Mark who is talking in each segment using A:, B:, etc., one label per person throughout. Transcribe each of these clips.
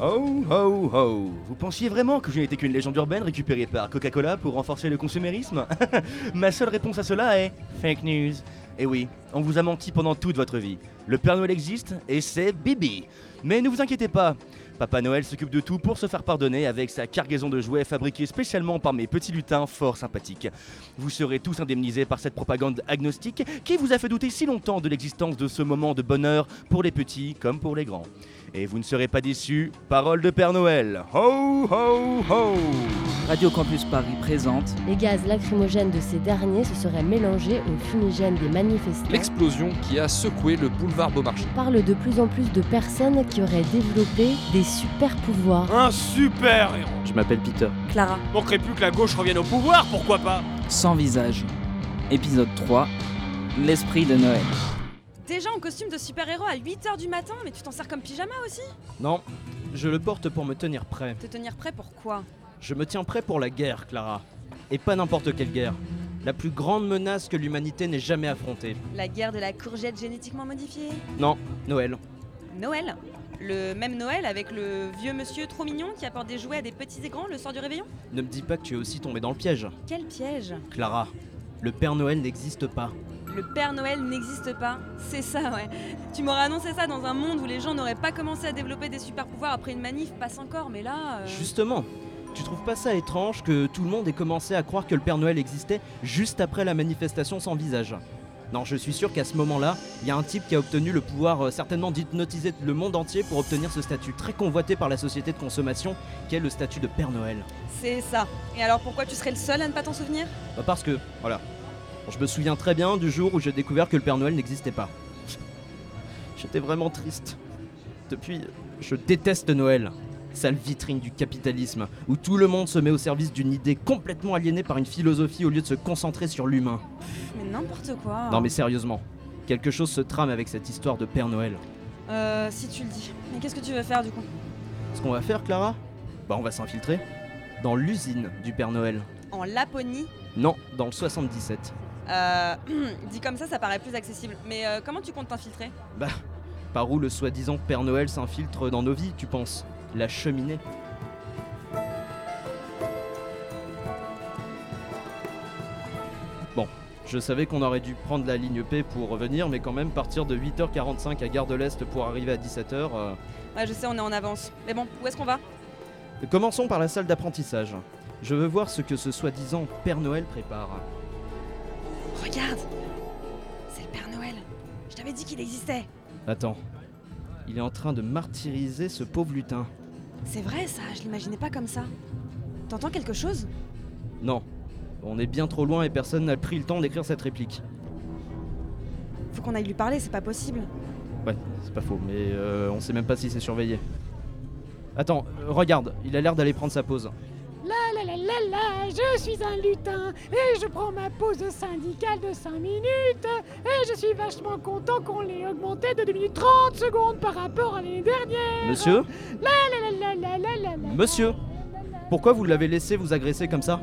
A: Oh, oh, oh. Vous pensiez vraiment que je n'étais qu'une légende urbaine récupérée par Coca-Cola pour renforcer le consumérisme Ma seule réponse à cela est fake news. Et oui, on vous a menti pendant toute votre vie. Le Père Noël existe et c'est Bibi. Mais ne vous inquiétez pas, Papa Noël s'occupe de tout pour se faire pardonner avec sa cargaison de jouets fabriqués spécialement par mes petits lutins fort sympathiques. Vous serez tous indemnisés par cette propagande agnostique qui vous a fait douter si longtemps de l'existence de ce moment de bonheur pour les petits comme pour les grands. Et vous ne serez pas déçus, parole de Père Noël. Ho ho ho
B: Radio Campus Paris présente
C: Les gaz lacrymogènes de ces derniers se seraient mélangés aux fumigènes des manifestants.
D: L'explosion qui a secoué le boulevard Beaumarchais.
C: parle de plus en plus de personnes qui auraient développé des super pouvoirs.
E: Un super héros
F: Je m'appelle Peter.
G: Clara,
E: Manquerait plus que la gauche revienne au pouvoir, pourquoi pas
B: Sans visage. Épisode 3. L'esprit de Noël.
G: déjà en costume de super-héros à 8h du matin, mais tu t'en sers comme pyjama aussi
H: Non, je le porte pour me tenir prêt.
G: Te tenir prêt pour quoi
H: Je me tiens prêt pour la guerre, Clara. Et pas n'importe quelle guerre. La plus grande menace que l'humanité n'ait jamais affrontée.
G: La guerre de la courgette génétiquement modifiée
H: Noël.
G: Noël Le même Noël avec le vieux monsieur trop mignon qui apporte des jouets à des petits et grands le soir du réveillon
H: Ne me dis pas que tu es aussi tombé dans le piège.
G: Quel piège
H: Clara, le Père Noël n'existe pas.
G: Le Père Noël n'existe pas. C'est ça, ouais. Tu m'aurais annoncé ça dans un monde où les gens n'auraient pas commencé à développer des super-pouvoirs après une manif, passe encore, mais là... euh,
H: Justement, tu trouves pas ça étrange que tout le monde ait commencé à croire que le Père Noël existait juste après la manifestation sans visage Non, je suis sûr qu'à ce moment-là, il y a un type qui a obtenu le pouvoir euh, certainement d'hypnotiser le monde entier pour obtenir ce statut très convoité par la société de consommation qu'est le statut de Père Noël.
G: C'est ça. Et alors pourquoi tu serais le seul à ne pas t'en souvenir
H: Bah parce que, voilà, je me souviens très bien du jour où j'ai découvert que le Père Noël n'existait pas. J'étais vraiment triste. Depuis, je déteste Noël. Sale vitrine du capitalisme, où tout le monde se met au service d'une idée complètement aliénée par une philosophie au lieu de se concentrer sur l'humain.
G: Mais n'importe quoi.
H: Non mais sérieusement, quelque chose se trame avec cette histoire de Père Noël.
G: Euh, si tu le dis. Mais qu'est-ce que tu veux faire du coup
H: Ce qu'on va faire, Clara Bah on va s'infiltrer. Dans l'usine du Père Noël.
G: En Laponie
H: Non, dans le 77.
G: Euh, dit comme ça, ça paraît plus accessible. Mais euh, comment tu comptes t'infiltrer
H: Bah, par où le soi-disant Père Noël s'infiltre dans nos vies, tu penses La cheminée Bon, je savais qu'on aurait dû prendre la ligne P pour revenir, mais quand même partir de 8h45 à Gare de l'Est pour arriver à 17h. euh,
G: Ouais, je sais, on est en avance. Mais bon, où est-ce qu'on va
H: Commençons par la salle d'apprentissage. Je veux voir ce que ce soi-disant Père Noël prépare.
G: Regarde C'est le Père Noël. Je t'avais dit qu'il existait.
H: Attends, il est en train de martyriser ce pauvre lutin.
G: C'est vrai ça, je l'imaginais pas comme ça. T'entends quelque chose
H: Non, on est bien trop loin et personne n'a pris le temps d'écrire cette réplique.
G: Faut qu'on aille lui parler, c'est pas possible.
H: Ouais, c'est pas faux, mais euh, on sait même pas si c'est surveillé. Attends, euh, regarde, il a l'air d'aller prendre sa pause.
I: La la la la la, je suis un lutin et je prends ma pause syndicale de 5 minutes et je suis vachement content qu'on l'ait augmenté de 2 minutes 30 secondes par rapport à l'année dernière.
H: Monsieur
I: La la la la la la la.
H: Monsieur Pourquoi vous l'avez laissé vous agresser comme ça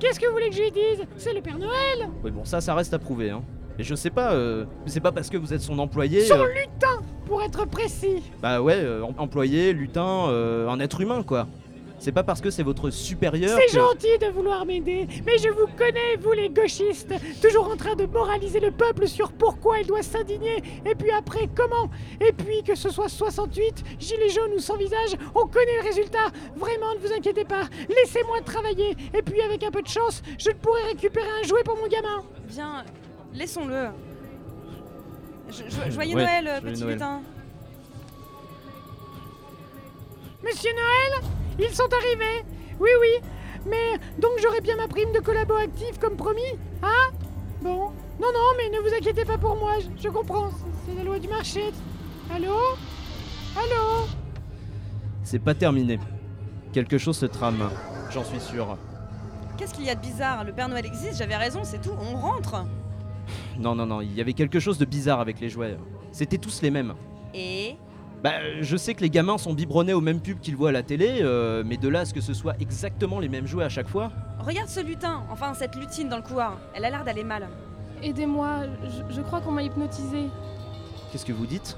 I: Qu'est-ce que vous voulez que je lui dise C'est le Père Noël
H: Oui, bon, ça, ça reste à prouver, hein. Et je sais pas, euh, c'est pas parce que vous êtes son employé.
I: Son
H: euh,
I: lutin, pour être précis.
H: bah ouais, euh, em- employé, lutin, euh, un être humain, quoi. C'est pas parce que c'est votre supérieur
I: C'est
H: que.
I: gentil de vouloir m'aider, mais je vous connais, vous les gauchistes, toujours en train de moraliser le peuple sur pourquoi il doit s'indigner, et puis après comment, et puis que ce soit 68, gilets jaunes ou sans visage, on connaît le résultat. Vraiment, ne vous inquiétez pas, laissez-moi travailler, et puis avec un peu de chance, je pourrai récupérer un jouet pour mon gamin.
G: Viens, laissons-le. Je- je- joyeux
H: Ouais,
G: Noël, euh,
H: joyeux
G: petit
H: Noël.
G: lutin.
I: Monsieur Noël, ils sont arrivés. Oui, oui, mais donc j'aurai bien ma prime de collabo actif comme promis, hein Bon, non, non, mais ne vous inquiétez pas pour moi, je, je comprends, c'est- c'est la loi du marché. Allô Allô
H: C'est pas terminé. Quelque chose se trame, j'en suis sûr.
G: Qu'est-ce qu'il y a de bizarre Le Père Noël existe, j'avais raison, c'est tout, on rentre.
H: Non, non, non, il y avait quelque chose de bizarre avec les jouets. C'était tous les mêmes.
G: Et
H: Bah, je sais que les gamins sont biberonnés aux mêmes pubs qu'ils voient à la télé, euh, mais de là à ce que ce soit exactement les mêmes jouets à chaque fois.
G: regarde ce lutin, enfin cette lutine dans le couloir. Elle a l'air d'aller mal.
J: Aidez-moi, je, je crois qu'on m'a hypnotisé.
H: Qu'est-ce que vous dites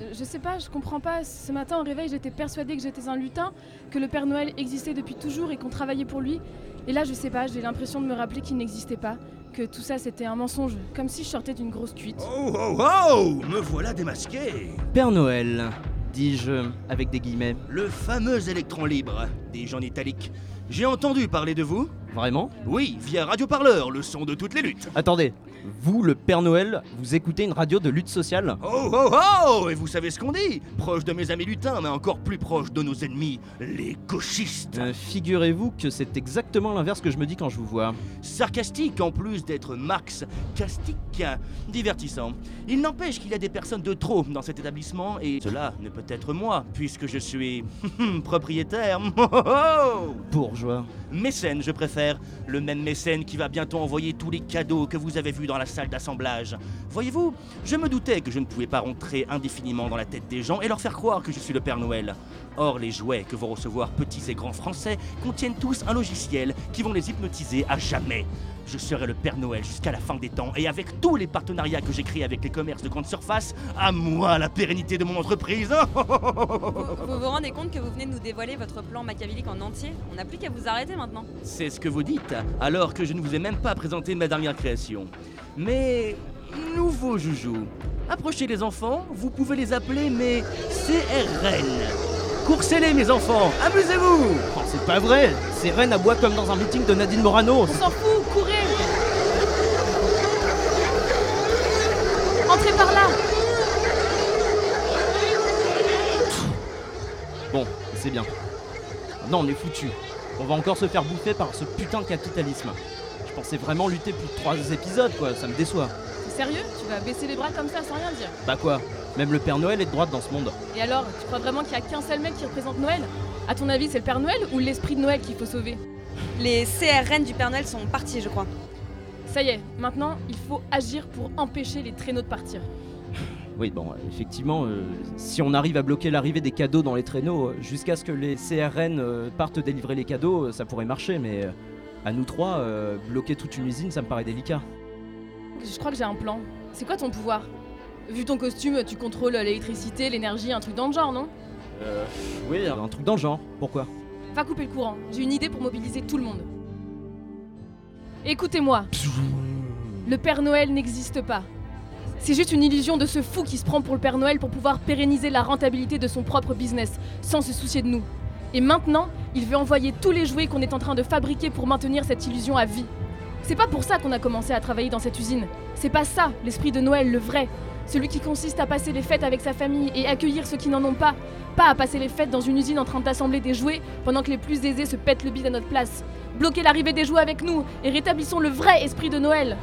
K: euh, je sais pas, je comprends pas. Ce matin au réveil, j'étais persuadée que j'étais un lutin, que le Père Noël existait depuis toujours et qu'on travaillait pour lui. Et là, je sais pas, j'ai l'impression de me rappeler qu'il n'existait pas, que tout ça c'était un mensonge, comme si je sortais d'une grosse cuite.
H: Oh oh oh Me voilà démasqué
E: Père Noël, dis-je avec des guillemets.
H: Le fameux électron libre, des gens italiques. J'ai entendu parler de vous
E: Vraiment
H: Oui, via Radio Parleur, le son de toutes les luttes.
E: Attendez, vous, le Père Noël, vous écoutez une radio de lutte sociale
H: Oh oh oh Et vous savez ce qu'on dit Proche de mes amis lutins, mais encore plus proche de nos ennemis, les gauchistes.
E: Euh, Figurez-vous que c'est exactement l'inverse que je me dis quand je vous vois.
H: Sarcastique en plus d'être Marx, castique, divertissant. Il n'empêche qu'il y a des personnes de trop dans cet établissement, et cela ne peut être moi, puisque je suis propriétaire. Oh, oh, oh.
E: Bourgeois.
H: Mécène, je préfère. Le même mécène qui va bientôt envoyer tous les cadeaux que vous avez vus dans la salle d'assemblage. Voyez-vous, je me doutais que je ne pouvais pas rentrer indéfiniment dans la tête des gens et leur faire croire que je suis le Père Noël. Or, les jouets que vont recevoir petits et grands Français contiennent tous un logiciel qui vont les hypnotiser à jamais. Je serai le Père Noël jusqu'à la fin des temps et avec tous les partenariats que j'ai créés avec les commerces de grande surface, à moi la pérennité de mon entreprise.
G: Vous, vous vous rendez compte que vous venez de nous dévoiler votre plan machiavélique en entier On n'a plus qu'à vous arrêter maintenant.
H: C'est ce que vous dites, alors que je ne vous ai même pas présenté ma dernière création. Mais nouveau joujou. Approchez les enfants, vous pouvez les appeler mes CRN. Coursez-les mes enfants, amusez-vous
E: Oh, c'est pas vrai C'est Rennes à bois comme dans un meeting de Nadine Morano
K: On s'en fout, courez Entrez par là
E: Bon, c'est bien. Non, on est foutu. On va encore se faire bouffer par ce putain de capitalisme. Je pensais vraiment lutter plus de trois épisodes, quoi, ça me déçoit.
K: T'es Sérieux Tu vas baisser les bras comme ça sans rien dire
E: Bah quoi Même le Père Noël est de droite dans ce monde.
K: Et alors, tu crois vraiment qu'il y a qu'un seul mec qui représente Noël À ton avis, c'est le Père Noël ou l'esprit de Noël qu'il faut sauver
G: Les CRN du Père Noël sont partis, je crois.
K: Ça y est, maintenant, il faut agir pour empêcher les traîneaux de partir.
E: Oui, bon, euh, effectivement, euh, si on arrive à bloquer l'arrivée des cadeaux dans les traîneaux euh, jusqu'à ce que les CRN euh, partent délivrer les cadeaux, euh, ça pourrait marcher, mais euh, à nous trois, euh, bloquer toute une usine, ça me paraît délicat.
K: Je crois que j'ai un plan. C'est quoi ton pouvoir Vu ton costume, tu contrôles l'électricité, l'énergie, un truc dans le genre, non
E: Oui, hein. un truc dans le genre. Pourquoi
K: Va couper le courant, j'ai une idée pour mobiliser tout le monde. Écoutez-moi. Le Père Noël n'existe pas. C'est juste une illusion de ce fou qui se prend pour le Père Noël pour pouvoir pérenniser la rentabilité de son propre business, sans se soucier de nous. Et maintenant, il veut envoyer tous les jouets qu'on est en train de fabriquer pour maintenir cette illusion à vie. C'est pas pour ça qu'on a commencé à travailler dans cette usine. C'est pas ça, l'esprit de Noël, le vrai. Celui qui consiste à passer les fêtes avec sa famille et accueillir ceux qui n'en ont pas, pas à passer les fêtes dans une usine en train d'assembler des jouets pendant que les plus aisés se pètent le bide à notre place. Bloquez l'arrivée des jouets avec nous et rétablissons le vrai esprit de Noël.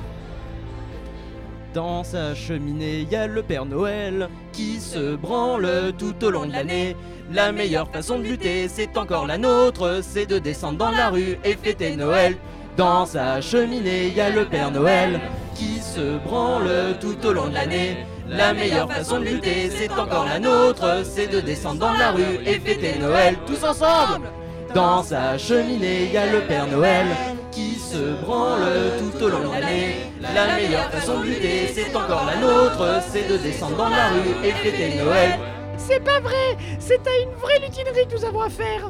E: Dans sa cheminée, il y a le Père Noël qui se branle tout au long de l'année. La meilleure façon de lutter, c'est encore la nôtre, c'est de descendre dans la rue et fêter Noël. Dans sa cheminée, il y a le Père Noël qui se branle tout au long de l'année. La meilleure façon de lutter, c'est encore la nôtre, c'est de descendre dans la rue et fêter Noël tous ensemble. Dans sa cheminée, il y a le Père Noël qui se branle tout au long de l'année. La meilleure façon de lutter, c'est encore la nôtre, c'est de descendre dans la rue et fêter Noël.
I: C'est pas vrai C'est à une vraie lutinerie que nous avons affaire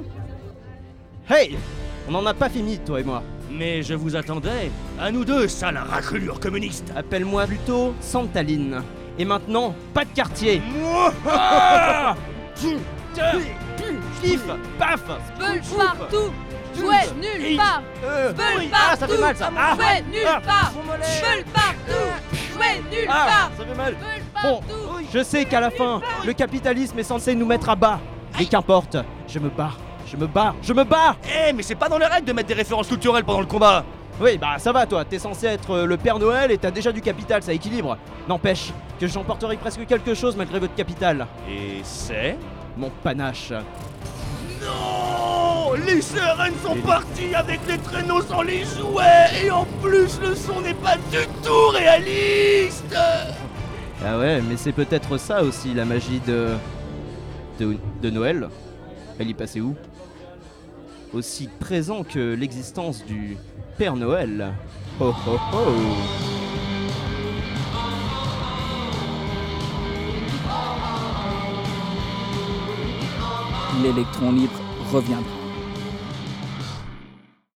E: Hey On n'en a pas fini, toi et moi.
H: Mais je vous attendais, à nous deux, sale raclure communiste
E: Appelle-moi plutôt Santaline. Et maintenant, pas de quartier Pif Paf
G: Bull partout Jouets nulle part
H: Euh,
G: Bull
H: Ah,
G: partout Jouets nulle part Bull partout Jouets nulle
H: Ah,
G: part
E: Ça fait mal
G: Bull
E: Ah, Bon,
G: partout
E: je sais qu'à la fin, le capitalisme est censé nous mettre à bas. Mais qu'importe, je me bats, je me bats, je me bats
H: Eh, mais c'est pas dans les règles de mettre des références culturelles pendant le combat
E: Oui, bah ça va toi, t'es censé être euh, le Père Noël et t'as déjà du capital, ça équilibre. N'empêche que j'emporterai presque quelque chose malgré votre capital.
H: Et c'est...
E: Mon panache.
H: Non Les CRN sont partis avec les traîneaux sans les jouets Et en plus, le son n'est pas du tout réaliste
E: Ah ouais, mais c'est peut-être ça aussi la magie de... de... de Noël. Elle y passait où Aussi présent que l'existence du Père Noël. Oh oh oh
B: l'électron libre reviendra.